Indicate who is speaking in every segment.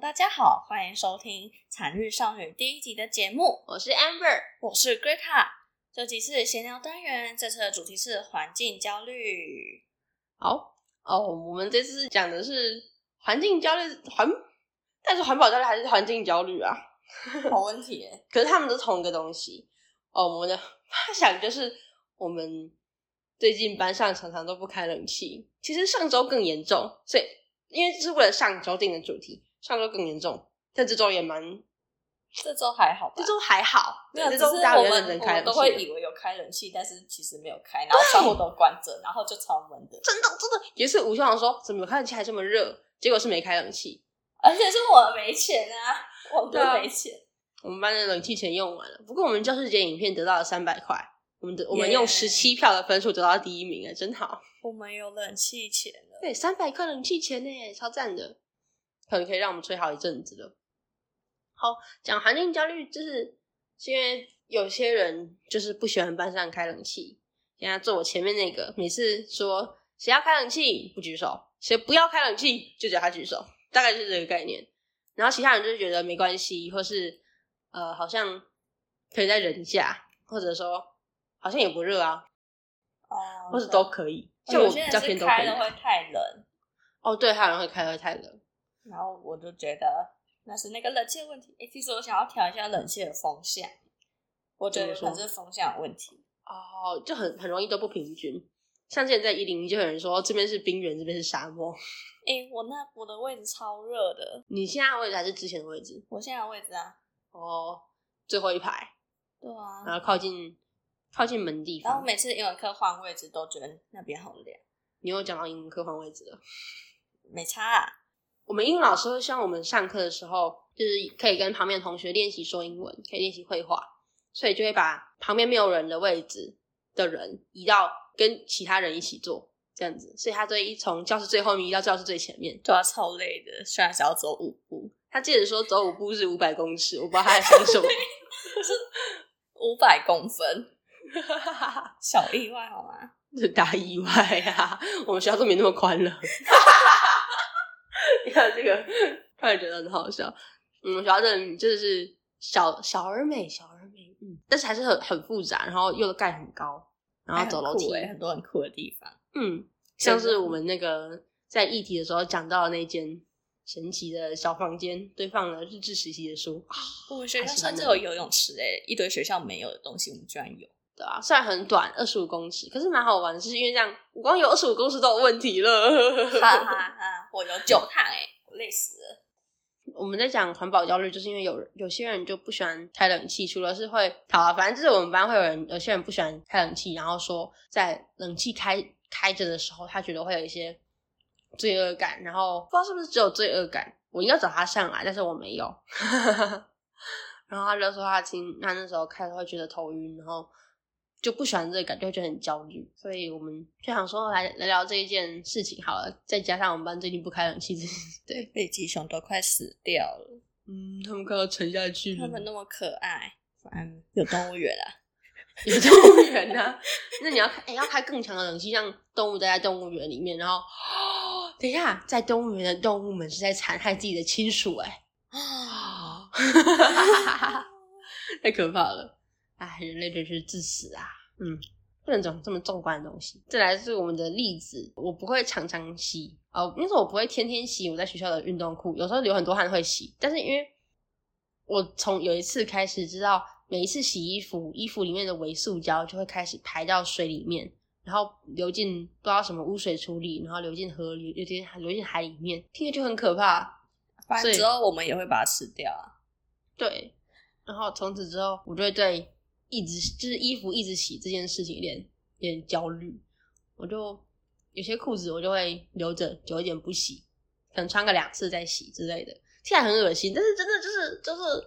Speaker 1: 大家好，欢迎收听《产日少女》第一集的节目，
Speaker 2: 我是 Amber，
Speaker 1: 我是 Greta。这集是闲聊单元，这次的主题是环境焦虑。
Speaker 2: 好哦，我们这次讲的是环境焦虑，环，但是环保焦虑还是环境焦虑啊。
Speaker 1: 好问题耶，
Speaker 2: 可是他们都是同一个东西。哦，我们的发想就是我们最近班上常常都不开冷气，其实上周更严重，所以因为是为了上周定的主题，上周更严重，但这周也蛮，
Speaker 1: 这周还好吧？
Speaker 2: 这周还好，
Speaker 1: 没有，只
Speaker 2: 对这周
Speaker 1: 是
Speaker 2: 大家
Speaker 1: 我
Speaker 2: 有认
Speaker 1: 们
Speaker 2: 真
Speaker 1: 我
Speaker 2: 开
Speaker 1: 们
Speaker 2: 冷气，
Speaker 1: 都会以为有开冷气，但是其实没有开，然后窗户都关着，然后就超闷的。
Speaker 2: 真的真的也是吴校长说怎么开冷气还这么热，结果是没开冷气，
Speaker 1: 而且是我没钱啊，我
Speaker 2: 对啊
Speaker 1: 哥没钱，
Speaker 2: 我们班的冷气钱用完了，不过我们教师节影片得到了三百块，我们得我们
Speaker 1: 耶
Speaker 2: 用十七票的分数得到第一名，哎，真好。
Speaker 1: 我们有冷气钱了。
Speaker 2: 对，三百块冷气钱呢，超赞的，可能可以让我们吹好一阵子了。好，讲环境焦虑，就是是因为有些人就是不喜欢班上开冷气。现在坐我前面那个，每次说谁要开冷气不举手，谁不要开冷气就叫他举手，大概就是这个概念。然后其他人就觉得没关系，或是呃好像可以再忍一下，或者说好像也不热啊，
Speaker 1: 哦
Speaker 2: 或者都可以。像
Speaker 1: 有
Speaker 2: 我
Speaker 1: 些
Speaker 2: 比
Speaker 1: 人
Speaker 2: 较偏
Speaker 1: 是
Speaker 2: 都可
Speaker 1: 开
Speaker 2: 以
Speaker 1: 了
Speaker 2: 啊。
Speaker 1: 会太冷，
Speaker 2: 哦，对，还有人会开会太冷。
Speaker 1: 然后我就觉得那是那个冷气的问题。诶，其实我想要调一下冷气的风向，我觉得有可能是风向的问题。
Speaker 2: 哦，就很很容易都不平均。像之前在一零一就有人说这边是冰原，这边是沙漠。
Speaker 1: 诶，我那我的位置超热的，
Speaker 2: 你现在的位置还是之前的位置？
Speaker 1: 我现在的位置啊，
Speaker 2: 哦，最后一排，
Speaker 1: 对啊。
Speaker 2: 然后靠近靠近门地
Speaker 1: 然后
Speaker 2: 方。
Speaker 1: 每次英文课换位置都觉得那边好凉，
Speaker 2: 你又讲到英文课换位置了。
Speaker 1: 没差啊。
Speaker 2: 我们英文老师会希望我们上课的时候，就是可以跟旁边的同学练习说英文，可以练习绘画，所以就会把旁边没有人的位置的人移到跟其他人一起坐，这样子。所以他就会从教室最后面移到教室最前面。
Speaker 1: 对啊，超累的，虽然是要走五步，
Speaker 2: 他记得说走五步是五百公尺，我不知道他在想什么。
Speaker 1: 五百公分，小意外好吗？
Speaker 2: 这大意外啊！我们学校都没那么宽了。 你看这个，突然觉得很好笑。我们学校真的就是小小而美，小而美，嗯，但是还是很很复杂，然后又盖很高，然后走楼
Speaker 1: 哎很酷
Speaker 2: 梯，
Speaker 1: 欸很多很酷的地方。
Speaker 2: 嗯，
Speaker 1: 真
Speaker 2: 像
Speaker 1: 的
Speaker 2: 是我们那个在议题的时候讲到的那间神奇的小房间，堆放了日志实习的书，
Speaker 1: 我们学校
Speaker 2: 还喜
Speaker 1: 甚
Speaker 2: 欢
Speaker 1: 至
Speaker 2: 那
Speaker 1: 有游泳池诶、一堆学校没有的东西，我们居然有。
Speaker 2: 对啊，虽然很短，二十五公尺，可是蛮好玩的，是因为这样，我光有二十五公尺都有问题了。
Speaker 1: 哈哈哈！我有九趟哎、我累死了。
Speaker 2: 我们在讲环保焦虑，就是因为有有些人就不喜欢开冷气，除了是会好啊，反正就是我们班会有人，有些人不喜欢开冷气，然后说在冷气开开着的时候，他觉得会有一些罪恶感，然后不知道是不是只有罪恶感，我应该找他上来，但是我没有。 然后他就说他听他那时候开始会觉得头晕，然后就不喜欢这个感觉，会觉得很焦虑，所以我们就想说来来聊这一件事情好了，再加上我们班最近不开冷气这件事，对。
Speaker 1: 北极熊都快死掉了，
Speaker 2: 嗯，他们快要沉下去
Speaker 1: 它们那么可爱，反正有动物园啊。
Speaker 2: 有动物园呢、 那你要开、哎要开更强的冷气，让动物待在动物园里面。然后， 等一下，在动物园的动物们是在残害自己的亲属、哎，
Speaker 1: 啊，
Speaker 2: 太可怕了！哎，人类真是自私啊！嗯，不能讲这么纵观的东西。再来是我们的例子，我不会常常洗哦，那时候我不会天天洗我在学校的运动裤，有时候流很多汗会洗，但是因为我从有一次开始知道，每一次洗衣服，衣服里面的微塑胶就会开始排到水里面，然后流进不知道什么污水处理，然后流进河里，流进流进海里面，听着就很可怕。
Speaker 1: 反正
Speaker 2: 所以
Speaker 1: 之后我们也会把它吃掉啊。
Speaker 2: 对，然后从此之后，我就会对一直就是衣服一直洗这件事情有点有点焦虑。我就有些裤子我就会留着久一点不洗，可能穿个两次再洗之类的。听起来很恶心，但是真的就是就是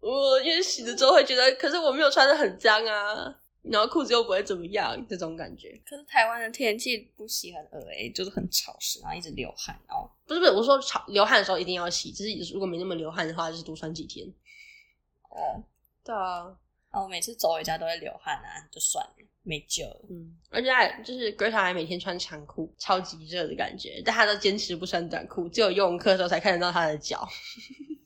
Speaker 2: 我因为洗了之后会觉得，可是我没有穿的很脏啊，然后裤子又不会怎么样，这种感觉。
Speaker 1: 可是台湾的天气不洗很恶哎、就是很潮湿，然后一直流汗，然后
Speaker 2: 不是不是，我说潮流汗的时候一定要洗，就是如果没那么流汗的话，就是多穿几天。
Speaker 1: 哦，
Speaker 2: 对啊，
Speaker 1: 然后我每次走回家都会流汗啊，就算了，没救了。
Speaker 2: 嗯，而且她就是 Greta 还每天穿长裤，超级热的感觉，但她都坚持不穿短裤，只有游泳课的时候才看得到她的脚。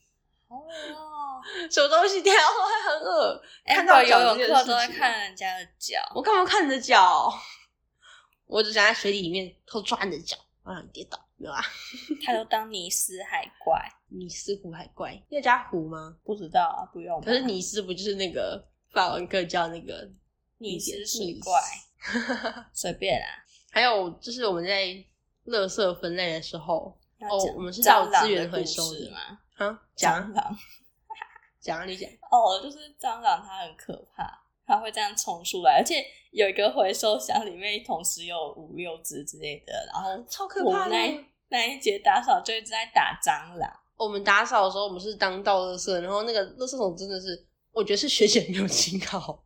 Speaker 1: 哦，
Speaker 2: 什么东西跳会很恶？看到
Speaker 1: Amber
Speaker 2: 脚
Speaker 1: 游泳
Speaker 2: 这件
Speaker 1: 课
Speaker 2: 事
Speaker 1: 都在
Speaker 2: 情
Speaker 1: 看人家的脚，
Speaker 2: 我干嘛看你的脚？我只想在水里面偷抓你的脚，然后让你跌倒，没有啊？
Speaker 1: 他都当尼斯海怪，
Speaker 2: 尼斯湖海怪要加湖吗？
Speaker 1: 不知道啊，不用吧。
Speaker 2: 可是尼斯不就是那个法文课叫那个
Speaker 1: 尼
Speaker 2: 地
Speaker 1: 斯
Speaker 2: 点
Speaker 1: 水
Speaker 2: 尼斯
Speaker 1: 怪， 随便啦。
Speaker 2: 还有就是我们在垃圾分类的时候，
Speaker 1: 要
Speaker 2: 哦
Speaker 1: 讲
Speaker 2: 我们是
Speaker 1: 蟑
Speaker 2: 照
Speaker 1: 螂
Speaker 2: 资源
Speaker 1: 的
Speaker 2: 回
Speaker 1: 故
Speaker 2: 收
Speaker 1: 事
Speaker 2: 的
Speaker 1: 吗？
Speaker 2: 啊，
Speaker 1: 蟑
Speaker 2: 讲
Speaker 1: 螂
Speaker 2: 讲啊你讲，
Speaker 1: 哦，就是蟑螂，它很可怕，它会这样冲出来，而且有一个回收箱里面同时有五六只之类的，然后
Speaker 2: 呃超可
Speaker 1: 我
Speaker 2: 怕
Speaker 1: 们
Speaker 2: 的
Speaker 1: 那。一那一节打扫就一直在打蟑螂，
Speaker 2: 我们打扫的时候，我们是当倒垃圾，然后那个垃圾桶真的是，我觉得是学姐没有清好，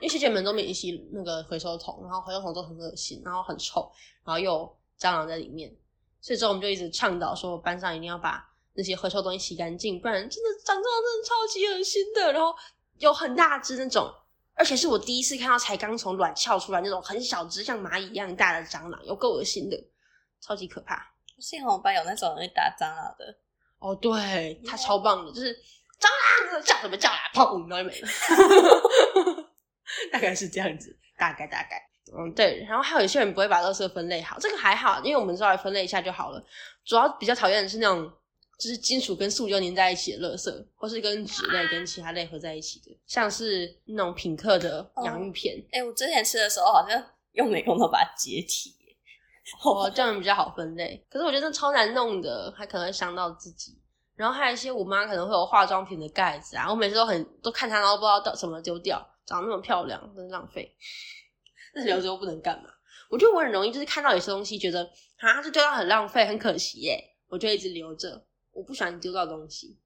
Speaker 2: 因为学姐们都没洗那个回收桶，然后回收桶都很恶心，然后很臭，然后又有蟑螂在里面，所以之后我们就一直倡导说，班上一定要把那些回收东西洗干净，不然真的长蟑螂真的超级恶心的，然后有很大只那种。而且是我第一次看到才刚从卵鞘出来那种很小只像蚂蚁一样大的蟑螂，有够恶心的，超级可怕。
Speaker 1: 幸好我们班有那种会打蟑螂的，
Speaker 2: 哦，对，他
Speaker 1: 对
Speaker 2: 超棒的，就是蟑螂叫什么叫啦，砰，然后就没了， 大概是这样子，大概大概，嗯，对。然后还有一些人不会把垃圾分类好，这个还好，因为我们稍微分类一下就好了。主要比较讨厌的是那种。就是金属跟塑胶粘在一起的垃圾，或是跟纸类跟其他类合在一起的，像是那种品客的洋芋片，
Speaker 1: 哎、我之前吃的时候好像用美工刀把它解体耶，
Speaker 2: 哦， 这样比较好分类。可是我觉得超难弄的，还可能会伤到自己。然后还有一些我妈可能会有化妆品的盖子啊，我每次都很都看她，然后不知道到怎么丢掉，长得那么漂亮，真是浪费。但是有时候不能干嘛？我觉得我很容易就是看到有些东西，觉得啊，这丢掉很浪费，很可惜耶，我就一直留着。我不喜欢丢掉东西。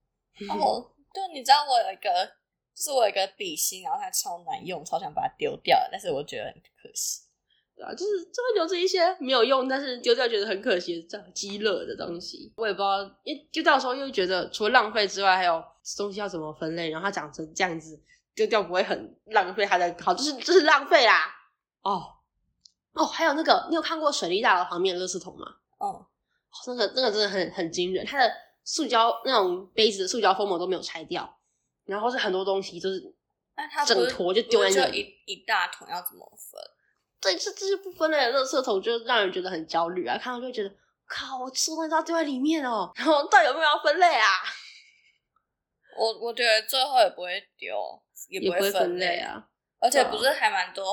Speaker 2: 嗯
Speaker 1: 哦，对，你知道我有一个，就是我有一个笔芯，然后它超难用，超想把它丢掉，但是我觉得很可惜。
Speaker 2: 对啊，就是就会留着一些没有用，但是丢掉觉得很可惜的这样鸡肋的东西。我也不知道，因为丢掉的时候又觉得除了浪费之外，还有东西要怎么分类，然后它长成这样子，丢掉不会很浪费它的好，就是就是浪费啦。哦哦，还有那个，你有看过水利大楼旁边的垃圾桶吗？
Speaker 1: 嗯，
Speaker 2: 哦那个那个真的很很惊人，它的塑胶那种杯子的塑胶封膜都没有拆掉，然后是很多东西就是
Speaker 1: 那它不
Speaker 2: 整
Speaker 1: 是
Speaker 2: 坨就丢
Speaker 1: 不
Speaker 2: 在
Speaker 1: 是
Speaker 2: 那
Speaker 1: 就
Speaker 2: 里。
Speaker 1: 一一大桶，要怎么分？
Speaker 2: 这这这些不分类的垃圾桶，就让人觉得很焦虑啊！看到就会觉得，靠，我吃东西都要丢在里面哦， 然后到底有没有要分类啊？
Speaker 1: 我我觉得最后也不会丢，也
Speaker 2: 也
Speaker 1: 不
Speaker 2: 不
Speaker 1: 会
Speaker 2: 会分
Speaker 1: 类
Speaker 2: 类，啊。
Speaker 1: 而且
Speaker 2: 对啊
Speaker 1: 不是还蛮多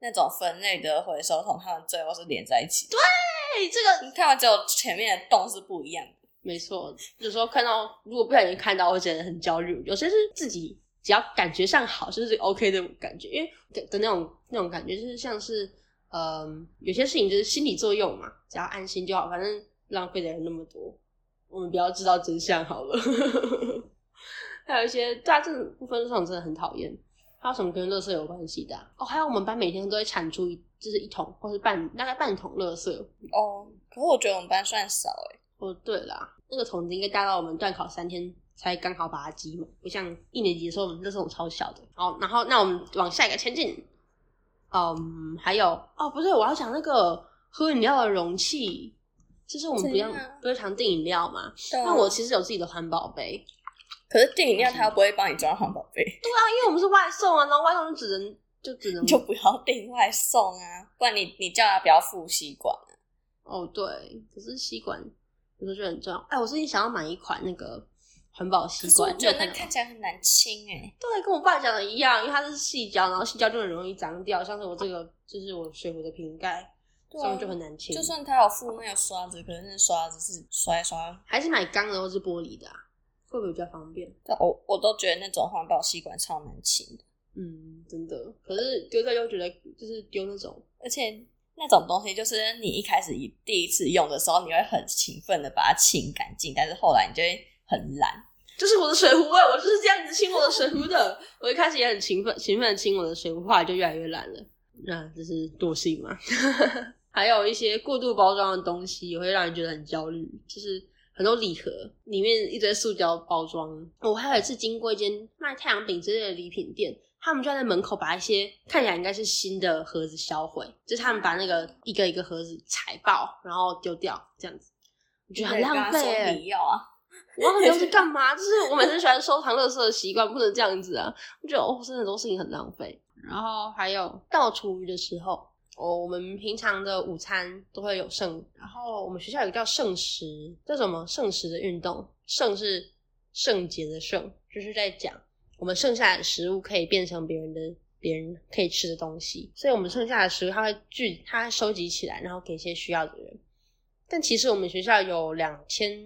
Speaker 1: 那种分类的回收桶，它们最后是连在一起的。
Speaker 2: 哎，这个
Speaker 1: 你看完只有前面的洞是不一样的。
Speaker 2: 没错，有时候看到如果不小心看到，会觉得很焦虑。有些是自己只要感觉上好，就是 OK 的感觉，因为的的那种那种感觉，就是像是嗯、有些事情就是心理作用嘛，只要安心就好，反正浪费的人那么多，我们不要知道真相好了。 还有一些对啊，这种部分这种真的很讨厌。还有什么跟垃圾有关系的啊、哦，还有我们班每天都会产出一就是一桶或是半大概半桶垃圾，
Speaker 1: 哦，可是我觉得我们班算少哎、
Speaker 2: 哦，对啦，那个桶子应该大到我们断考三天才刚好把它积满，不像一年级的时候我们那时候超小的。好，然后那我们往下一个前进。嗯，还有哦，不对，我要讲那个喝饮料的容器，就是我们不
Speaker 1: 怎
Speaker 2: 要
Speaker 1: 样
Speaker 2: 不是常订饮料嘛？
Speaker 1: 对啊嗯
Speaker 2: 那我其实有自己的环保杯，
Speaker 1: 可是订饮料它又不会帮你装环保杯，
Speaker 2: 那因为我们是外送啊，然后外送就只能就只能
Speaker 1: 你就不要订外送啊，不然你你叫他不要付吸管啊。
Speaker 2: 哦，对，可是吸管有时候就很重要。哎，我最近想要买一款那个环保吸
Speaker 1: 可是
Speaker 2: 管，
Speaker 1: 我
Speaker 2: 你
Speaker 1: 觉
Speaker 2: 有
Speaker 1: 得那
Speaker 2: 看到吗
Speaker 1: 看起来很难清哎、
Speaker 2: 对，跟我爸讲的一样，因为它是细胶，然后细胶就很容易脏掉。像是我这个，就是我水壶的瓶盖，
Speaker 1: 对啊
Speaker 2: 上面就很难清。
Speaker 1: 就算他有附那个刷子，可是那刷子是刷一刷，
Speaker 2: 还是买钢的或是玻璃的、啊，会不会比较方便？
Speaker 1: 但我我都觉得那种环保吸管超难清的，
Speaker 2: 嗯，真的。可是丢掉又觉得就是丢那种，
Speaker 1: 而且那种东西就是你一开始一第一次用的时候，你会很勤奋的把它清干净，但是后来你就会很懒。
Speaker 2: 就是我的水壶味，我就是这样子清我的水壶的。我一开始也很勤奋，勤奋的清我的水壶，后来就越来越懒了。那这是惰性嘛？还有一些过度包装的东西，也会让人觉得很焦虑，就是很多礼盒里面一堆塑胶包装。我还有一次经过一间卖太阳饼之类的礼品店，他们就在门口把一些看起来应该是新的盒子销毁，就是他们把那个一个一个盒子踩爆，然后丢掉这样子，我觉得很浪
Speaker 1: 对
Speaker 2: 费、
Speaker 1: 跟他说
Speaker 2: 欸
Speaker 1: 你。要啊，
Speaker 2: 我很 要是干嘛？就是我本身喜欢收藏垃圾的习惯，不能这样子啊！我觉得哦，真的很多事情很浪费。然后还有倒厨余的时候，哦，我们平常的午餐都会有剩，然后我们学校有一个叫剩食，叫什么剩食的运动，剩是圣洁的圣，就是在讲我们剩下的食物可以变成别人的。别人可以吃的东西，所以我们剩下的食物，它会聚，它会收集起来，然后给一些需要的人。但其实我们学校有两千，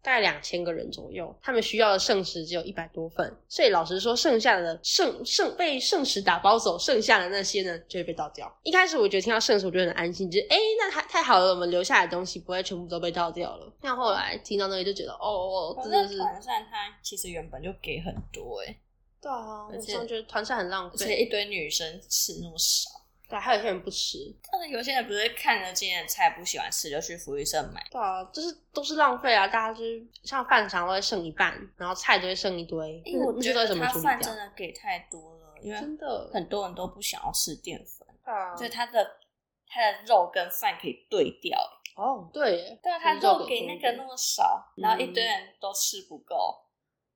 Speaker 2: 大概两千个人左右，他们需要的剩食只有一百多份，所以老实说，剩下的剩剩被剩食打包走，剩下的那些呢就会被倒掉。一开始我觉得听到剩食，我就很安心，就是哎，诶那太太好了，我们留下来的东西不会全部都被倒掉了。但后来听到那个就觉得，哦，
Speaker 1: 可
Speaker 2: 真的
Speaker 1: 是
Speaker 2: 是
Speaker 1: 团扇它其实原本就给很多哎、
Speaker 2: 对啊，我
Speaker 1: 而且
Speaker 2: 真的觉得团扇很浪
Speaker 1: 而且
Speaker 2: 费，
Speaker 1: 一堆女生吃那么少。
Speaker 2: 对，还有些人不吃，
Speaker 1: 但是有些人不是看了今天的菜不喜欢吃，就去福利社买。
Speaker 2: 对啊，就是都是浪费啊！大家就是像饭常都会剩一半，然后菜都会剩一堆，
Speaker 1: 因为哎我
Speaker 2: 不
Speaker 1: 觉
Speaker 2: 知道
Speaker 1: 得
Speaker 2: 怎么
Speaker 1: 他
Speaker 2: 处理
Speaker 1: 饭
Speaker 2: 掉
Speaker 1: 真。的给太多了，因为
Speaker 2: 真的
Speaker 1: 很多人都不想要吃淀粉，
Speaker 2: 啊
Speaker 1: 所以他的他的肉跟饭可以对调。
Speaker 2: 哦，对耶，
Speaker 1: 对啊，他
Speaker 2: 就是
Speaker 1: 肉
Speaker 2: 肉给
Speaker 1: 给那
Speaker 2: 多一
Speaker 1: 个
Speaker 2: 点
Speaker 1: 那么少，然后一堆人都吃不够。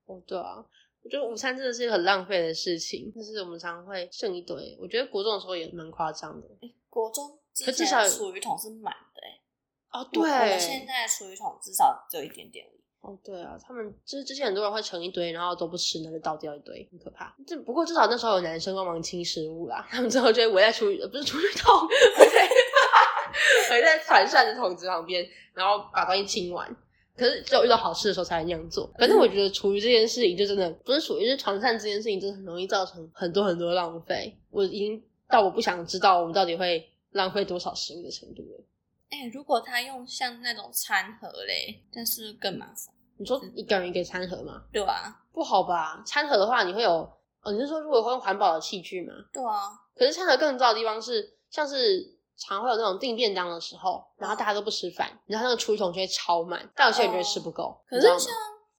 Speaker 2: 哦，对啊，我觉得午餐真的是一个很浪费的事情，就是我们常常会剩一堆。我觉得国中的时候也蛮夸张的。
Speaker 1: 国中之
Speaker 2: 可至
Speaker 1: 前
Speaker 2: 少
Speaker 1: 的厨余桶是满的、欸，
Speaker 2: 哦，
Speaker 1: 我我们现
Speaker 2: 对，
Speaker 1: 在的厨余桶至少只有一点点而已。
Speaker 2: 哦，对啊，他们就是之前很多人会盛一堆，然后都不吃，那就倒掉一堆，很可怕。这不过至少那时候有男生帮忙清食物啦，他们之后就会围在厨余，呃不是厨余桶， 围在围在团扇的桶子旁边，然后把东西清完。可是只有遇到好吃的时候才会那样做。反正我觉得厨余这件事情就真的不是厨余，是团扇这件事情，真的很容易造成很多很多浪费。我已经到我不想知道我们到底会浪费多少食物的程度了。
Speaker 1: 哎、如果他用像那种餐盒嘞，但是更麻烦，
Speaker 2: 你说一个人一个餐盒吗？
Speaker 1: 对啊，
Speaker 2: 不好吧？餐盒的话，你会有哦，你是说如果会用环保的器具吗？
Speaker 1: 对啊，
Speaker 2: 可是餐盒更糟的地方是，像是常会有那种订便当的时候，然后大家都不吃饭，然后那个厨余桶就会超满，但有些人就会吃不够。
Speaker 1: 哦可
Speaker 2: 你
Speaker 1: 是
Speaker 2: 知道吗
Speaker 1: 像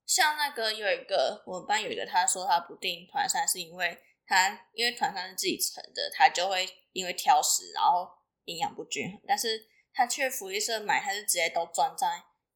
Speaker 1: 像那个有一个我们班有一个，他说他不订团扇是因为他因为团扇是自己盛的，他就会因为挑食然后营养不均衡，但是他去福利社买，他是直接都装在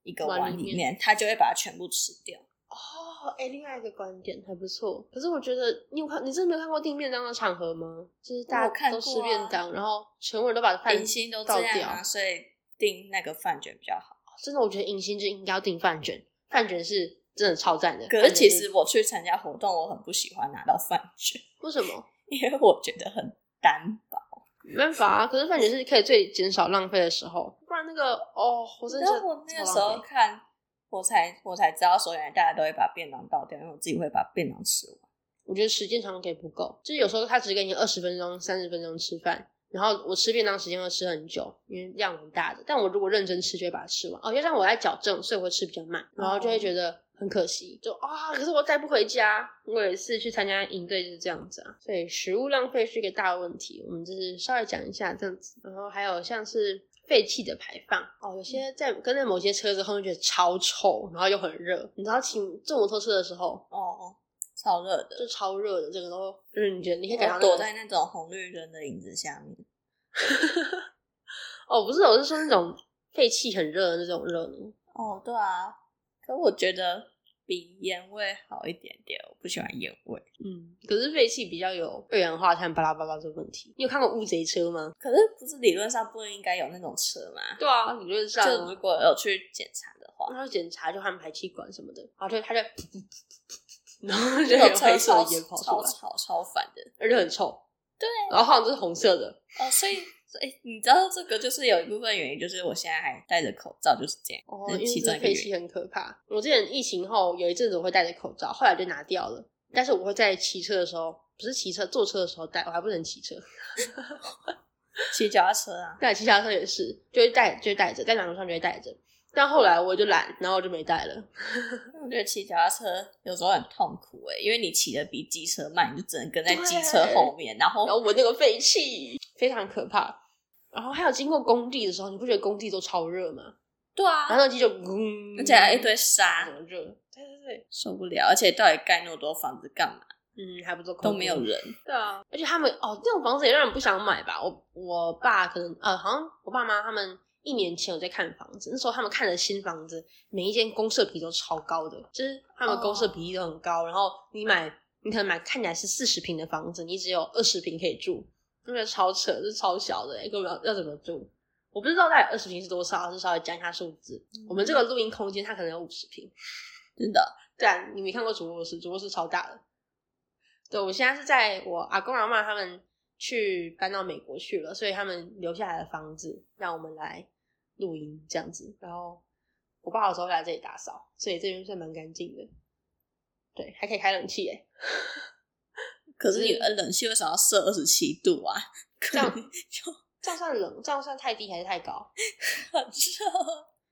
Speaker 1: 一个
Speaker 2: 碗
Speaker 1: 碗
Speaker 2: 里
Speaker 1: 里
Speaker 2: 面
Speaker 1: 面，他就会把它全部吃掉。
Speaker 2: 哦，哎、另外一个观点还不错。可是我觉得你有看，你真的没有看过订便当的场合吗？就是大
Speaker 1: 我看
Speaker 2: 家都
Speaker 1: 过
Speaker 2: 吃便
Speaker 1: 啊
Speaker 2: 当，然后全部人都把饭
Speaker 1: 明星都
Speaker 2: 倒
Speaker 1: 这样
Speaker 2: 掉
Speaker 1: 啊，所以订那个饭卷比较好。
Speaker 2: 真的，我觉得迎新就应该要订饭卷，饭卷是真的超赞的。
Speaker 1: 可
Speaker 2: 饭
Speaker 1: 是其
Speaker 2: 卷
Speaker 1: 实我去参加活动，我很不喜欢拿到饭卷，
Speaker 2: 为什么？
Speaker 1: 因为我觉得很单薄。
Speaker 2: 没办法啊，可是饭卷是可以最减少浪费的时候，不然那个哦，我真的觉
Speaker 1: 然
Speaker 2: 得
Speaker 1: 后我那个
Speaker 2: 超
Speaker 1: 时
Speaker 2: 浪
Speaker 1: 候
Speaker 2: 费
Speaker 1: 看，我才我才知道说原来大家都会把便当倒掉，因为我自己会把便当吃完。
Speaker 2: 我觉得时间常常给不够，就是有时候他只给你二十分钟、三十分钟吃饭，然后我吃便当时间会吃很久，因为量很大的。但我如果认真吃，就会把它吃完。哦，加上我在矫正，所以我会吃比较慢，然后就会觉得很可惜，就啊、可是我带不回家。我也是去参加营队就是这样子啊，所以食物浪费是一个大问题，我们就是稍微讲一下这样子。然后还有像是。废气的排放哦，有些在跟在某些车子后面觉得超臭，然后又很热。你知道骑坐摩托车的时候，
Speaker 1: 哦，超热的，
Speaker 2: 就超热的，这个都就是你觉得你可以感
Speaker 1: 我
Speaker 2: 到
Speaker 1: 躲
Speaker 2: 那
Speaker 1: 在
Speaker 2: 个
Speaker 1: 那种红绿灯的影子下面。
Speaker 2: 哦，不是，我是说那种废气很热的那种热呢。
Speaker 1: 哦，对啊，可我觉得比烟味好一点点，我不喜欢烟味。
Speaker 2: 嗯，可是废气比较有二氧化碳巴拉巴拉这个问题。你有看过乌贼车吗？
Speaker 1: 可是不是理论上不应该有那种车吗？
Speaker 2: 对啊，理论上
Speaker 1: 就如果有去检查的话，
Speaker 2: 他检查就换排气管什么的，然后就他就，然后就
Speaker 1: 那
Speaker 2: 有
Speaker 1: 种
Speaker 2: 黑
Speaker 1: 车
Speaker 2: 色
Speaker 1: 超
Speaker 2: 的烟跑出
Speaker 1: 超
Speaker 2: 来，
Speaker 1: 超超烦的。
Speaker 2: 而且很臭。
Speaker 1: 对，
Speaker 2: 然后好像就是红色的。
Speaker 1: 哦，所以所以你知道这个就是有一部分原因，就是我现在还戴着口罩，就是这样，
Speaker 2: 哦，
Speaker 1: 这
Speaker 2: 因
Speaker 1: 是
Speaker 2: 为
Speaker 1: 其
Speaker 2: 这
Speaker 1: 中
Speaker 2: 个
Speaker 1: 一个原
Speaker 2: 废气
Speaker 1: 因。
Speaker 2: 很可怕。我之前疫情后有一阵子我会戴着口罩，后来就拿掉了。但是我会在骑车的时候，不是骑车坐车的时候戴，我还不能骑车。
Speaker 1: 骑脚踏车啊，
Speaker 2: 对，骑脚踏车也是，就会带，就会带着，在马路上就会带着。但后来我就懒，然后我就没带了。
Speaker 1: 我觉得骑脚踏车有时候很痛苦诶、因为你骑的比机车慢，你就只能跟在
Speaker 2: 对
Speaker 1: 机车后面，然
Speaker 2: 然后
Speaker 1: 后
Speaker 2: 闻那个废气，非常可怕。然后还有经过工地的时候，你不觉得工地都超热吗？
Speaker 1: 对
Speaker 2: 然
Speaker 1: 啊，
Speaker 2: 后那机就嗡，
Speaker 1: 而且还有一
Speaker 2: 堆
Speaker 1: 堆沙，
Speaker 2: 很热。对对对，
Speaker 1: 受不了。而且到底盖那么多房子干嘛？
Speaker 2: 嗯，还不错，
Speaker 1: 都没有人。
Speaker 3: 对啊，
Speaker 2: 而且他们哦，这种房子也让人不想买吧？我我爸可能呃，好像我爸妈他们一年前有在看房子，那时候他们看的新房子，每一间公设比都超高的，就是他们公设比例都很高。然后你买，你可能买看起来是四十平的房子，你只有二十平可以住，那个超扯，是超小的、欸，根本要要怎么住？我不知道大概二十平是多少，是稍微加一下数字。我们这个录音空间它可能有五十平，
Speaker 1: 真的，
Speaker 2: 对啊，你没看过主卧室，主卧室超大的。对，我现在是在我阿公阿妈他们去搬到美国去了，所以他们留下来的房子让我们来录音这样子。然后我爸有时候会来这里打扫，所以这边算蛮干净的。对，还可以开冷气耶、
Speaker 1: 可是你的冷气为什么要设二十七度啊？这
Speaker 2: 样
Speaker 1: 就
Speaker 2: 这样算冷？这样算太低还是太高？
Speaker 1: 很热，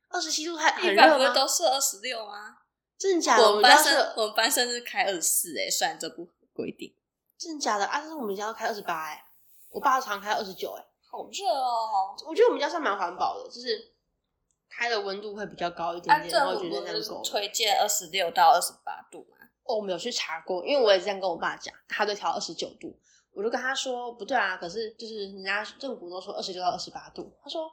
Speaker 2: 二十七度太很
Speaker 1: 一般
Speaker 2: 热
Speaker 1: 不是都
Speaker 2: 吗？
Speaker 1: 设二十六吗？
Speaker 2: 真的假的？
Speaker 1: 我
Speaker 2: 我
Speaker 1: 们
Speaker 2: 们
Speaker 1: 班
Speaker 2: 家
Speaker 1: 生
Speaker 2: 是
Speaker 1: 我们班生日开二十四，哎，虽然这不合规定，
Speaker 2: 真的假的啊？但是我们家要开二十八哎，我爸常开二十九哎。
Speaker 1: 好热哦。
Speaker 2: 我觉得我们家算蛮环保的，就是开的温度会比较高一点
Speaker 1: 按
Speaker 2: 点，然
Speaker 1: 政府
Speaker 2: 后觉得
Speaker 1: 不
Speaker 2: 那样
Speaker 1: 是
Speaker 2: 够。
Speaker 1: 推荐二十六到二十八度吗？
Speaker 2: 哦，我们有去查过，因为我也这样跟我爸讲，他就调二十九度，我就跟他说不对啊，可是就是人家政府都说二十六到二十八度，他说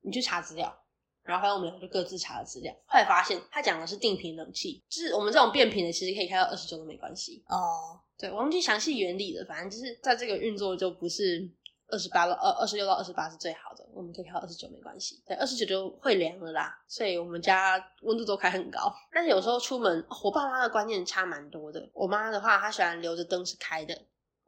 Speaker 2: 你去查资料，然后后来我们两个就各自查了资料，后来发现他讲的是定频冷气，就是我们这种变频的其实可以开到二十九都没关系。
Speaker 1: 哦，
Speaker 2: 对，我忘记详细原理了，反正就是在这个运作就不是二十八到二二十六到二十八是最好的，我们可以调二十九没关系。对，二十九就会凉了啦，所以我们家温度都开很高。但是有时候出门，哦我爸妈的观念差蛮多的。我妈的话，她喜欢留着灯是开的，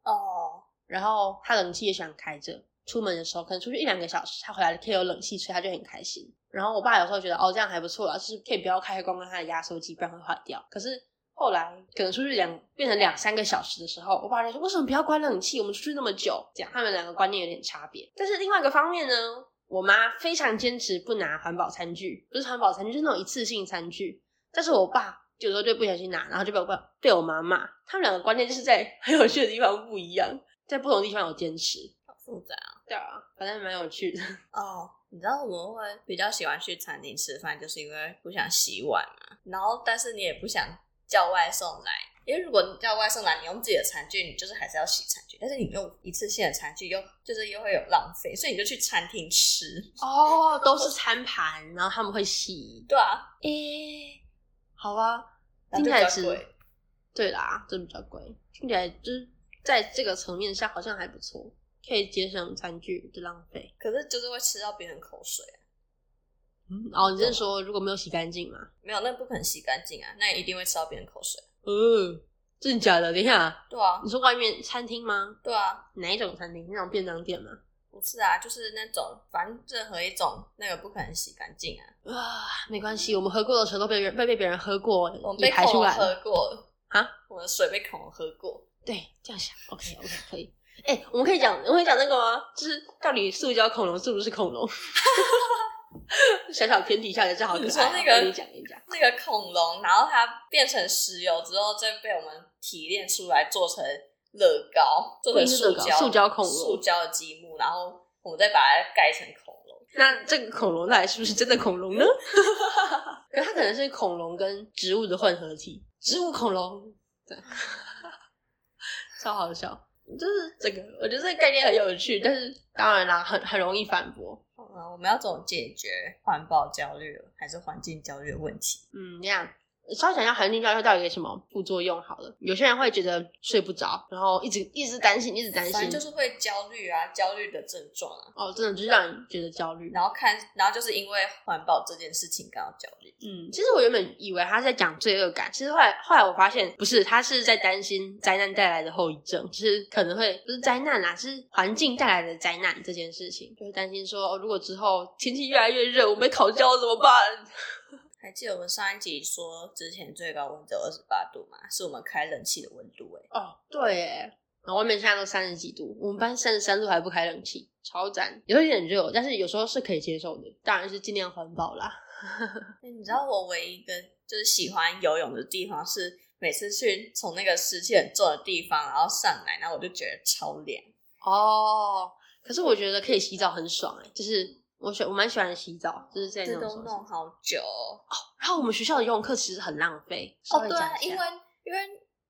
Speaker 1: 哦，
Speaker 2: 然后她冷气也喜欢开着。出门的时候，可能出去一两个小时，她回来可以有冷气吹，她就很开心。然后我爸有时候觉得哦，这样还不错啦，就是可以不要开光光他的压缩机，不然会坏掉。可是后来可能出去两变成两三个小时的时候，我爸就说为什么不要关冷气？我们出去那么久，这样他们两个观念有点差别。但是另外一个方面呢，我妈非常坚持不拿环保餐具，不是环保餐具，就是那种一次性餐具。但是我爸有时候就不小心拿，然后就被我爸被我妈骂。他们两个观念就是在很有趣的地方不一样，在不同地方有坚持。
Speaker 1: 好复杂
Speaker 2: 对啊，反正蛮有趣的。
Speaker 1: 哦。你知道我们会比较喜欢去餐厅吃饭，就是因为不想洗碗嘛。然后，但是你也不想叫外送来，因为如果你叫外送来，你用自己的餐具，你就是还是要洗餐具，但是你用一次性的餐具又就是又会有浪费，所以你就去餐厅吃。
Speaker 2: 哦， 都是餐盘，然后他们会洗。
Speaker 1: 对啊，
Speaker 2: 诶、好啊，
Speaker 1: 那
Speaker 2: 听
Speaker 1: 就
Speaker 2: 起
Speaker 1: 比
Speaker 2: 来
Speaker 1: 较
Speaker 2: 是
Speaker 1: 贵，
Speaker 2: 对啦，这比较贵，听起来就是在这个层面上好像还不错，可以节省餐具的浪费。
Speaker 1: 可是就是会吃到别人口水啊，
Speaker 2: 嗯，哦，你是说如果没有洗干净吗？
Speaker 1: 没有那不可能洗干净啊，那一定会吃到别人口水。
Speaker 2: 嗯，真的假的？等一下，
Speaker 1: 对啊
Speaker 2: 你，说外面餐厅吗？
Speaker 1: 对啊，
Speaker 2: 哪一种餐厅？那种便当店吗？
Speaker 1: 不是啊，就是那种反正任何一种那个不可能洗干净啊，
Speaker 2: 啊，没关系，我们喝过的水都被人被被别人喝过
Speaker 1: 我，们
Speaker 2: 也
Speaker 1: 被
Speaker 2: 排出
Speaker 1: 恐龙
Speaker 2: 来了。
Speaker 1: 喝过
Speaker 2: 啊，
Speaker 1: 我们的水被恐龙喝过，
Speaker 2: 对，这样想，OK OK 可以。哎、我们可以讲，我们可以讲那个吗？就是到底塑胶恐龙是不是恐龙？ 小小偏题一下也是好可爱哦。
Speaker 1: 你说那个
Speaker 2: 我跟你讲，跟你讲，
Speaker 1: 那个恐龙，然后它变成石油之后，再被我们提炼出来做成乐高，做成塑
Speaker 2: 不一定是乐
Speaker 1: 胶
Speaker 2: 高塑胶恐龙
Speaker 1: 塑胶的积木，然后我们再把它盖成恐龙。
Speaker 2: 那这个恐龙到底是不是真的恐龙呢？ 可是它可能是恐龙跟植物的混合体，植物恐龙，对， 超好笑。就是这个，我觉得这个概念很有趣，但是当然啦，很很容易反驳。
Speaker 1: 嗯，我们要怎么解决环保焦虑还是环境焦虑的问题？
Speaker 2: 嗯，这样稍微讲一下环境教育到底有什么副作用好了。有些人会觉得睡不着，然后一直一直担心，一直担
Speaker 1: 反
Speaker 2: 心，
Speaker 1: 正就是会焦虑啊，焦虑的症状啊，
Speaker 2: 哦，真的就是让人觉得焦虑。
Speaker 1: 然后看，然后就是因为环保这件事情感到焦虑。
Speaker 2: 嗯，其实我原本以为他是在讲罪恶感，其实后来后来我发现不是，他是在担心灾难带来的后遗症，就是可能会不是灾难啦，是环境带来的灾难这件事情，就是担心说、哦如果之后天气越来越热，我被烤焦怎么办？
Speaker 1: 还记得我们上一集说之前最高温只有二十八度嘛，是我们开冷气的温度哎、
Speaker 2: 哦，对耶，然后外面现在都三十几度，我们班三十三度还不开冷气，超赞。有一点热，但是有时候是可以接受的，当然是尽量环保啦。
Speaker 1: 那你知道我唯一一个就是喜欢游泳的地方是每次去从那个湿气很重的地方，然后上来，然后我就觉得超凉。
Speaker 2: 哦，可是我觉得可以洗澡很爽哎，就是我喜我蛮喜欢洗澡，就是在那
Speaker 1: 这
Speaker 2: 种
Speaker 1: 都
Speaker 2: 时候
Speaker 1: 弄好久哦，
Speaker 2: 然后我们学校的游泳课其实很浪费
Speaker 1: 哦
Speaker 2: 稍微
Speaker 1: 对
Speaker 2: 讲
Speaker 1: 啊，
Speaker 2: 一
Speaker 1: 因
Speaker 2: 下
Speaker 1: 为因为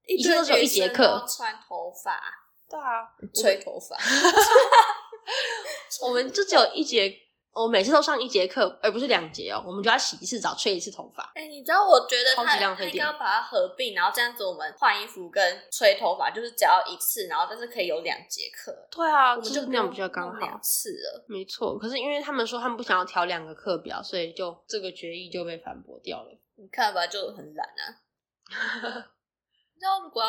Speaker 1: 一
Speaker 2: 一次都只有一节课
Speaker 1: 堆女生都穿头发、
Speaker 2: 对啊，
Speaker 1: 吹头 发，
Speaker 2: 我们就只有一节，我每次都上一节课，而不是两节哦，我们就要洗一次澡，吹一次头发。
Speaker 1: 哎、你知道，我觉得
Speaker 2: 超级
Speaker 1: 他
Speaker 2: 浪
Speaker 1: 他
Speaker 2: 费
Speaker 1: 应该
Speaker 2: 电
Speaker 1: 要把它合并，然后这样子我们换衣服跟吹头发，就是只要一次，然后但是可以有两节课，
Speaker 2: 对啊，
Speaker 1: 我们就
Speaker 2: 那样
Speaker 1: 不
Speaker 2: 比较
Speaker 1: 用
Speaker 2: 刚
Speaker 1: 弄
Speaker 2: 好
Speaker 1: 两。次了。
Speaker 2: 没错，可是因为他们说他们不想要调两个课表，所以就这个决议就被反驳掉了。
Speaker 1: 你看吧，就很懒啊。你知道，如果要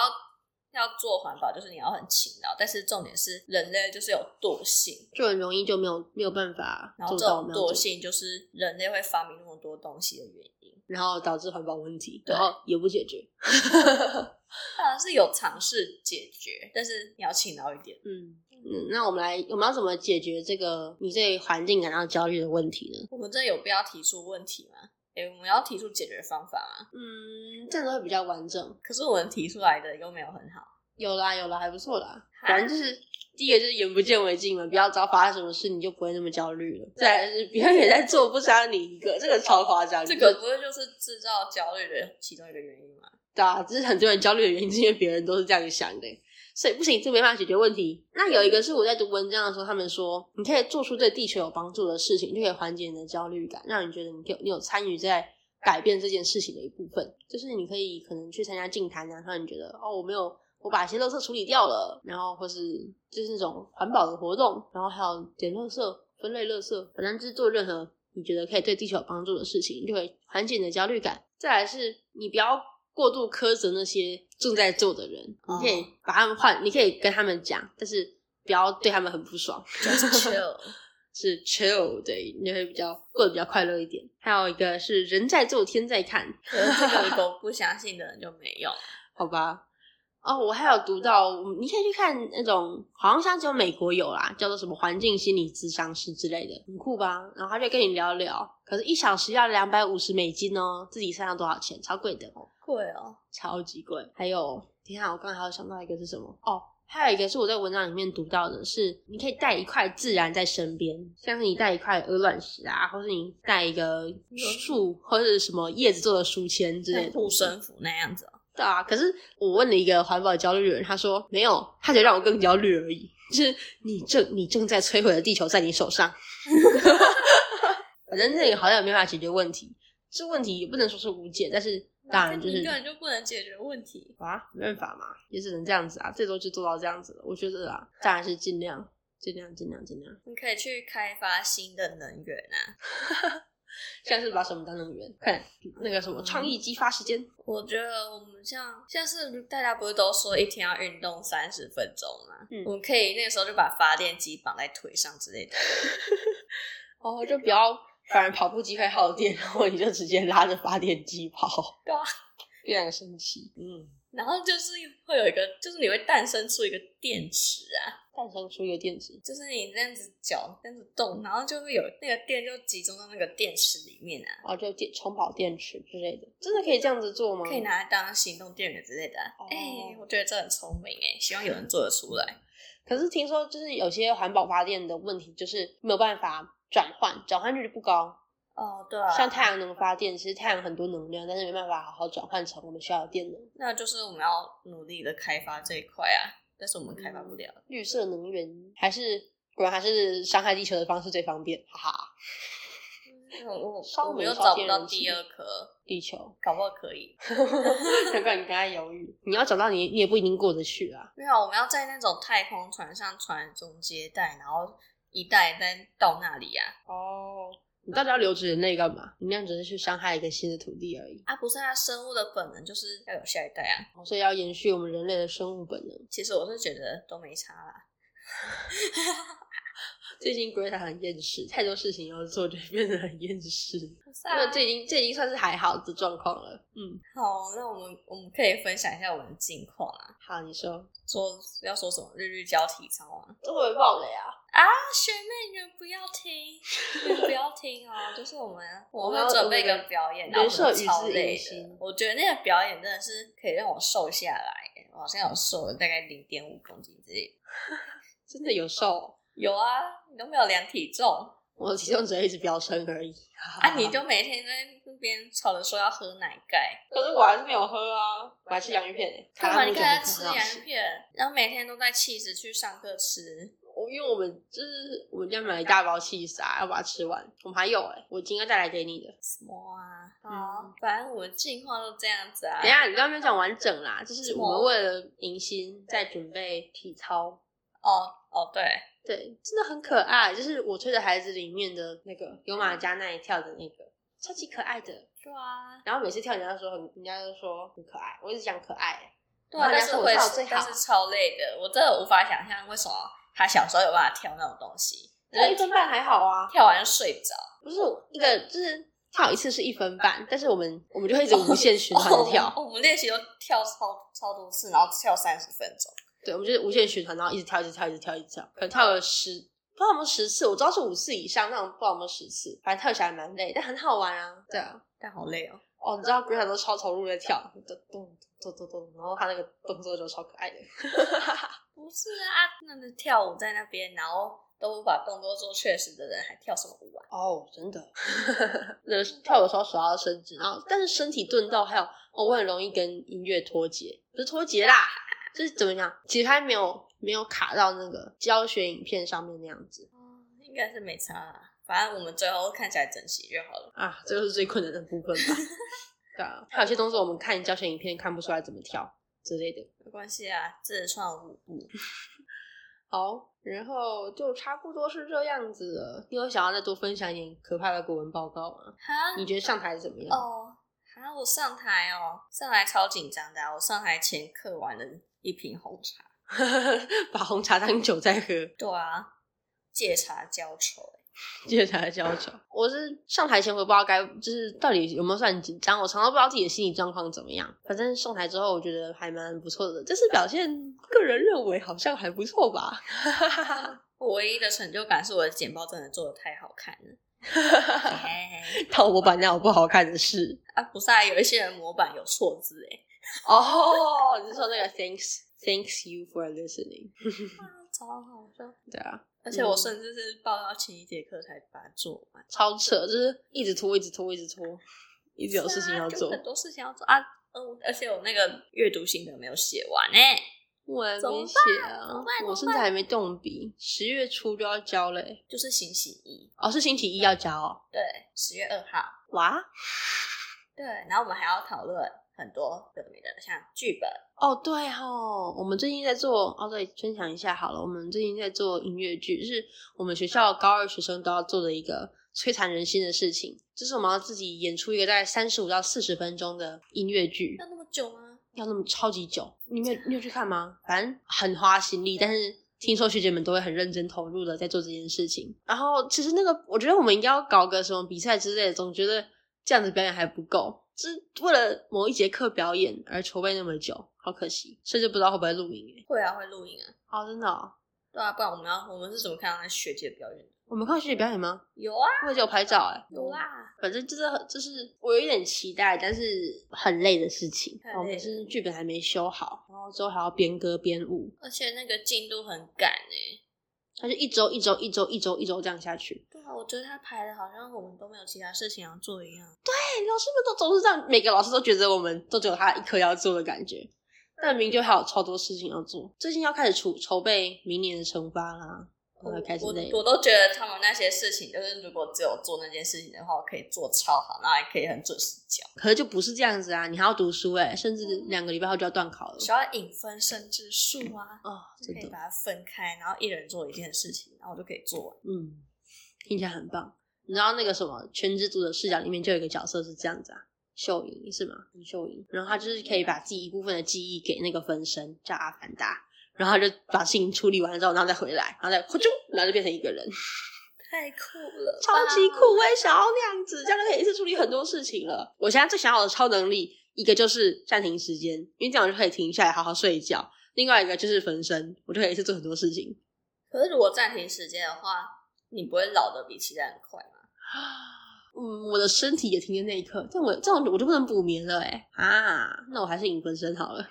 Speaker 1: 要做环保，就是你要很勤劳，但是重点是人类就是有惰性，
Speaker 2: 就很容易就没有没有办法
Speaker 1: 然后这
Speaker 2: 做到我
Speaker 1: 种
Speaker 2: 们要做
Speaker 1: 惰
Speaker 2: 的
Speaker 1: 性就是人类会发明那么多东西的原因。
Speaker 2: 然后导致环保问题，
Speaker 1: 对
Speaker 2: 然后也不 解决。
Speaker 1: 当然是有尝试解决，但是你要勤劳一点。
Speaker 2: 嗯嗯，那我们来，我们要怎么解决这个你对环境感到焦虑的问题呢？
Speaker 1: 我们真的有必要提出问题吗？诶、我们要提出解决方法吗？
Speaker 2: 嗯，这样子会比较完整。
Speaker 1: 可是我们提出来的又没有很好。
Speaker 2: 有啦有啦，还不错啦。
Speaker 1: 哈
Speaker 2: 反正就是第一个就是眼不见为净嘛，不要只要发生什么事你就不会那么焦虑了。再来是别人也在做，不杀你一个，这个超夸张。
Speaker 1: 这个不是就是制造焦虑的其中一个原因 吗？
Speaker 2: 对啊，只是很多人焦虑的原因，是因为别人都是这样想的，所以不行，这没办法解决问题。那有一个是我在读文章的时候，他们说，你可以做出对地球有帮助的事情，就可以缓解你的焦虑感，让你觉得你有你有参与在改变这件事情的一部分。就是你可以可能去参加净坛啊，让你觉得哦，我没有。我把一些垃圾处理掉了，然后或是就是那种环保的活动，然后还有捡垃圾、分类垃圾，反正就是做任何你觉得可以对地球有帮助的事情，就会缓解你的焦虑感。再来是你不要过度苛责那些正在做的人，
Speaker 1: 哦
Speaker 2: 你可以把他们换，你可以跟他们讲，但是不要对他们很不爽，
Speaker 1: 就是 chill，
Speaker 2: 是 chill，对，你就会比较过得比较快乐一点。还有一个是人在做天在看，
Speaker 1: 可是这个如果不相信的人就没用。
Speaker 2: 好吧。哦，我还有读到，嗯你可以去看那种，好像像只有美国有啦，叫做什么环境心理咨商师之类的，很酷吧？然后他就跟你聊聊，可是一小时要两百五十美金哦，自己算要多少钱？超贵的，
Speaker 1: 会哦，
Speaker 2: 超级贵。还有，等一下，我刚才还有想到一个是什么？哦，还有一个是我在文章里面读到的是，你可以带一块自然在身边，像是你带一块鹅卵石啊，或是你带一个树或是什么叶子做的书签之类
Speaker 1: 像
Speaker 2: 的
Speaker 1: 护身符那样子、哦。
Speaker 2: 对啊，可是我问了一个环保焦虑的人，他说没有，他就让我更焦虑而已。就是你正你正在摧毁的地球在你手上，反正那个好像也没办法解决问题。这问题也不能说是无解，但是当然就是
Speaker 1: 根本就不能解决问题。
Speaker 2: 啊，没办法嘛，也只能这样子啊，最多就做到这样子了。我觉得啊，当然是尽量尽量尽量尽量，
Speaker 1: 你可以去开发新的能源啊！
Speaker 2: 像是把什么当能源，快点那个什么创意激发时间，
Speaker 1: 我觉得我们像像是大家不是都说一天要运动三十分钟吗？
Speaker 2: 嗯
Speaker 1: 我们可以那个时候就把发电机绑在腿上之类的。
Speaker 2: 哦，就不要，反而跑步机会耗电，然后你就直接拉着发电机跑，
Speaker 1: 对啊，
Speaker 2: 非常神奇。嗯，
Speaker 1: 然后就是会有一个，就是你会诞生出一个电池啊，
Speaker 2: 诞生出一个电池，
Speaker 1: 就是你这样子脚这样子动，然后就会有那个电就集中到那个电池里面啊，
Speaker 2: 然后就电充饱电池之类的，真的可以这样子做吗？
Speaker 1: 可以。拿来当行动电源之类的、啊。
Speaker 2: 哦
Speaker 1: 哎、我觉得这很聪明哎、希望有人做得出来。
Speaker 2: 可是听说就是有些环保发电的问题，就是没有办法转换，转换率不高。
Speaker 1: 哦，对啊，
Speaker 2: 像太阳能发电，其实太阳很多能量，但是没办法好好转换成我们需要的电能。
Speaker 1: 那就是我们要努力的开发这一块啊，但是我们开发不了。
Speaker 2: 绿色能源还是果然还是伤害地球的方式最方便，哈哈。
Speaker 1: 嗯我我我
Speaker 2: 烧
Speaker 1: 们
Speaker 2: 煤
Speaker 1: 又
Speaker 2: 烧
Speaker 1: 找
Speaker 2: 天
Speaker 1: 不
Speaker 2: 然
Speaker 1: 到
Speaker 2: 气
Speaker 1: 第二颗，
Speaker 2: 地球，
Speaker 1: 搞不好可以。
Speaker 2: 难怪你刚才犹豫。你要找到你，你也不一定过得去啊。
Speaker 1: 没有，我们要在那种太空船上传宗接代，然后一代一代到那里啊。
Speaker 2: 哦，你到底要留着人类干嘛？你那样只是去伤害一个新的土地而已。
Speaker 1: 啊，不是啊，生物的本能就是要有下一代啊。
Speaker 2: 哦所以要延续我们人类的生物本能。
Speaker 1: 其实我是觉得都没差啦。
Speaker 2: 最近 Greta 很厌世，太多事情要做，就变得很厌世。
Speaker 1: 不是啊
Speaker 2: 那这已经这已经算是还好的状况了。嗯，
Speaker 1: 好，那我们我们可以分享一下我们的近况啊，
Speaker 2: 好，你说。
Speaker 1: 说要说什么日日交体操啊。
Speaker 2: 这我也爆了呀！
Speaker 1: 啊，学妹，你们不要听，你们不要听 哦！就是我们，我
Speaker 2: 们要
Speaker 1: 会准备一
Speaker 2: 我
Speaker 1: 个
Speaker 2: 们的
Speaker 1: 表演，
Speaker 2: 人
Speaker 1: 然后我们
Speaker 2: 设与
Speaker 1: 超
Speaker 2: 之
Speaker 1: 累
Speaker 2: 隐
Speaker 1: 的
Speaker 2: 形。
Speaker 1: 我觉得那个表演真的是可以让我瘦下来，我好像有瘦了大概零点五公斤之类的。
Speaker 2: 真的有瘦哦、
Speaker 1: 有啊，你都没有量体重，
Speaker 2: 我的体重只会一直飙升而已。
Speaker 1: 啊，你就每天在那边吵着说要喝奶盖，
Speaker 2: 可是我还是没有喝啊，我还吃洋芋片诶、
Speaker 1: 干嘛？你看他
Speaker 2: 卡
Speaker 1: 吃
Speaker 2: 拉木酒很好
Speaker 1: 洋芋片，然后每天都带气质去上课吃，
Speaker 2: 我因为我们就是我们家买了一大包气沙，要把它吃完。我们还有哎、我今天带来给你的。
Speaker 1: 什么啊？
Speaker 2: 嗯
Speaker 1: 好，反正我们近况都这样子啊
Speaker 2: 等一。下，你刚刚没有讲完整啦，就是
Speaker 1: 什么
Speaker 2: 我们为了迎新在准备体操。
Speaker 1: 哦哦，对，
Speaker 2: 对，真的很可爱，就是我推的孩子里面的那个有马加奈跳的那个，超级可爱的。
Speaker 1: 对啊，
Speaker 2: 然后每次跳，人家都说很，人家都说很可爱，我一直讲可爱。欸
Speaker 1: 对啊，
Speaker 2: 然后
Speaker 1: 但
Speaker 2: 人家
Speaker 1: 是
Speaker 2: 说我
Speaker 1: 会
Speaker 2: 跳得最，
Speaker 1: 但
Speaker 2: 好
Speaker 1: 是超累的，我真的无法想象为什么他小时候有办法跳那种东西，
Speaker 2: 那一分半还好啊，
Speaker 1: 跳完就睡着。
Speaker 2: 不是一个就是跳一次是一分半，但是我们我们就会一直无限循环
Speaker 1: 哦
Speaker 2: 的 跳，
Speaker 1: 我我们练习都跳超超多次，然后跳三十分钟。
Speaker 2: 对，我们就是无限循环，然后一直跳，一直跳，一直跳，一直跳，可能跳了十，不知道有没有十次，我知道是五次以上，那种不知道有没有十次，反正跳起来蛮累，但很好玩啊，对啊。
Speaker 1: 但好累哦。
Speaker 2: 哦，你知道 Greta 都超投入在跳，咚咚咚咚咚，然后他那个动作就超可爱的。
Speaker 1: 不是啊，那个跳舞在那边，然后都把动作做确实的人，还跳什么舞啊？
Speaker 2: 哦，真的， 那跳舞的时候手要伸直，然后但是身体顿到，还有哦，我很容易跟音乐脱节，不是脱节啦，就是怎么讲，节拍没有没有卡到那个教学影片上面那样子
Speaker 1: 应该是没差啦，反正我们最后看起来整齐就好了。
Speaker 2: 啊，这就是最困难的部分 吧。对啊，还有些动作我们看教学影片看不出来怎么跳之类的。
Speaker 1: 没关系啊，自创舞步。
Speaker 2: 好，然后就差不多是这样子了。你有想要再多分享一点可怕的国文报告吗？
Speaker 1: 哈
Speaker 2: 你觉得上台怎么样？
Speaker 1: 哦，哈，我上台哦，上台超紧张的啊、我上台前嗑完了一瓶红茶。
Speaker 2: 把红茶当酒在喝。
Speaker 1: 对啊，借茶浇愁、欸
Speaker 2: 借台 交球。我是上台前我也不知道该，就是到底有没有算紧张，我常常不知道自己的心理状况怎么样。反正上台之后，我觉得还蛮不错的，就是表现，个人认为好像还不错吧。
Speaker 1: 我唯一的成就感是我的简报真的做的太好看 了。嘿嘿嘿
Speaker 2: 但我把那有不好看的事。
Speaker 1: 啊，不是啊，有一些人模板有错字哎、
Speaker 2: 哦，你是说那个 thanks thanks you for listening？
Speaker 1: 啊，
Speaker 2: 哦
Speaker 1: 超好笑。
Speaker 2: 对啊，
Speaker 1: 而且我甚至是报到前一节课才把它做完，
Speaker 2: 超扯，就是一直拖，一直拖，一直拖，一直有事情要
Speaker 1: 是啊
Speaker 2: 做
Speaker 1: 就。很多事情要做啊。嗯，而且我那个阅读心得没有写完哎、
Speaker 2: 我还
Speaker 1: 怎
Speaker 2: 没
Speaker 1: 么
Speaker 2: 写
Speaker 1: 怎
Speaker 2: 啊
Speaker 1: 么，办
Speaker 2: 我甚至还没动笔，十月初就要交嘞、
Speaker 1: 就是星期一，
Speaker 2: 哦，是星期一要交哦。
Speaker 1: 对，十月二号，
Speaker 2: 哇，
Speaker 1: 对，然后我们还要讨论很多有的没的，像剧本，
Speaker 2: 哦，对哦，我们最近在做哦，对，分享一下好了。我们最近在做音乐剧，是我们学校高二学生都要做的一个摧残人心的事情，就是我们要自己演出一个大概三十五到四十分钟的音乐剧，
Speaker 1: 要那么久吗？
Speaker 2: 要那么超级久。你没有你有去看吗？反正很花心力，但是听说学姐们都会很认真投入的在做这件事情。然后其实那个，我觉得我们应该要搞个什么比赛之类的，总觉得这样子表演还不够，就是为了某一节课表演而筹备那么久，好可惜，甚至不知道会不会录影欸诶。
Speaker 1: 会啊，会录影啊，
Speaker 2: 哦，真的、哦，
Speaker 1: 对啊，不然我们要我们是怎么看到那学姐表演的？
Speaker 2: 我们看学姐表演吗？
Speaker 1: 有啊，
Speaker 2: 我也有啊拍照诶。
Speaker 1: 有啦，
Speaker 2: 反正就是很就是我有一点期待，但是很累的事情哦
Speaker 1: 太累。了
Speaker 2: 我们是剧本还没修好，然后之后还要编歌编舞，
Speaker 1: 而且那个进度很赶哎、
Speaker 2: 它就一周一周一周一周一周这样下去。
Speaker 1: 对啊，我觉得他排的好像我们都没有其他事情要做一样。
Speaker 2: 哎、老师们都总是这样，每个老师都觉得我们都只有他一科要做的感觉。但明就还有超多事情要做，最近要开始筹筹备明年的惩罚啦，
Speaker 1: 我
Speaker 2: 然后开始
Speaker 1: 我
Speaker 2: 累
Speaker 1: 我
Speaker 2: 了。
Speaker 1: 都觉得他们那些事情，就是如果只有做那件事情的话，我可以做超好，然后还可以很准时交。
Speaker 2: 可是就不是这样子啊，你还要读书哎、甚至两个礼拜后就要断考了。
Speaker 1: 只要引分身之术啊，
Speaker 2: 哦，
Speaker 1: 就
Speaker 2: 真
Speaker 1: 可以
Speaker 2: 的，
Speaker 1: 把它分开，然后一人做一件事情，然后我就可以做完。
Speaker 2: 嗯，听起来很棒。你知道那个什么《全职族的视角》里面就有一个角色是这样子啊，秀莹是吗？秀莹，然后她就是可以把自己一部分的记忆给那个分身，叫阿凡达，然后她就把事情处理完之后，然后再回来，然后再呼啾，然后就变成一个人，
Speaker 1: 太酷了，
Speaker 2: 超级酷！！我也想要那样子，这样就可以一次处理很多事情了。我现在最想要的超能力，一个就是暂停时间，因为这样我就可以停下来好好睡一觉；另外一个就是分身，我就可以一次做很多事情。
Speaker 1: 可是如果暂停时间的话，你不会老的比其他人快吗？
Speaker 2: 嗯，我的身体也停在那一刻，但我这样我就不能补眠了哎、啊， 那我还是影分身好了，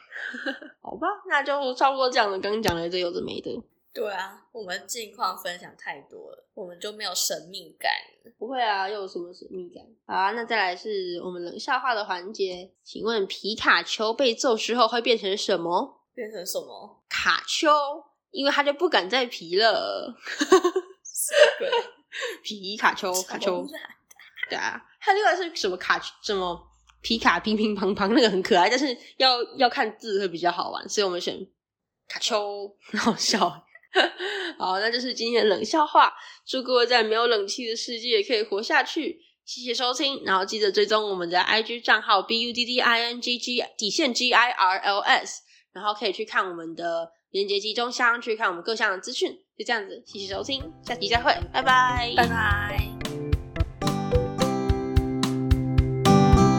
Speaker 2: 好吧，那就差不多这样了。刚刚讲了一堆有的没的，
Speaker 1: 对啊，我们近况分享太多了，我们就没有神秘感了。
Speaker 2: 不会啊，又有什么神秘感？好啊，那再来是我们冷笑话的环节，请问皮卡丘被揍之后会变成什么？
Speaker 1: 变成什么？
Speaker 2: 卡丘，因为他就不敢再皮了。
Speaker 1: 鬼
Speaker 2: 皮卡丘，卡丘，
Speaker 1: 什么啦
Speaker 2: 对啊，还有另外是什么卡丘什么皮卡乒乒乓乓，那个很可爱，但是要要看字会比较好玩，所以我们选卡丘，很好笑。 好，那就是今天的冷笑话。祝各位在没有冷气的世界可以活下去。谢谢收听，然后记得追踪我们的 IG 账号 B U D D I N G G 底线 G I R L S，然后可以去看我们的连接集中箱，去看我们各项的资讯。就这样子，谢谢收听，下期再会，拜拜
Speaker 1: 拜拜。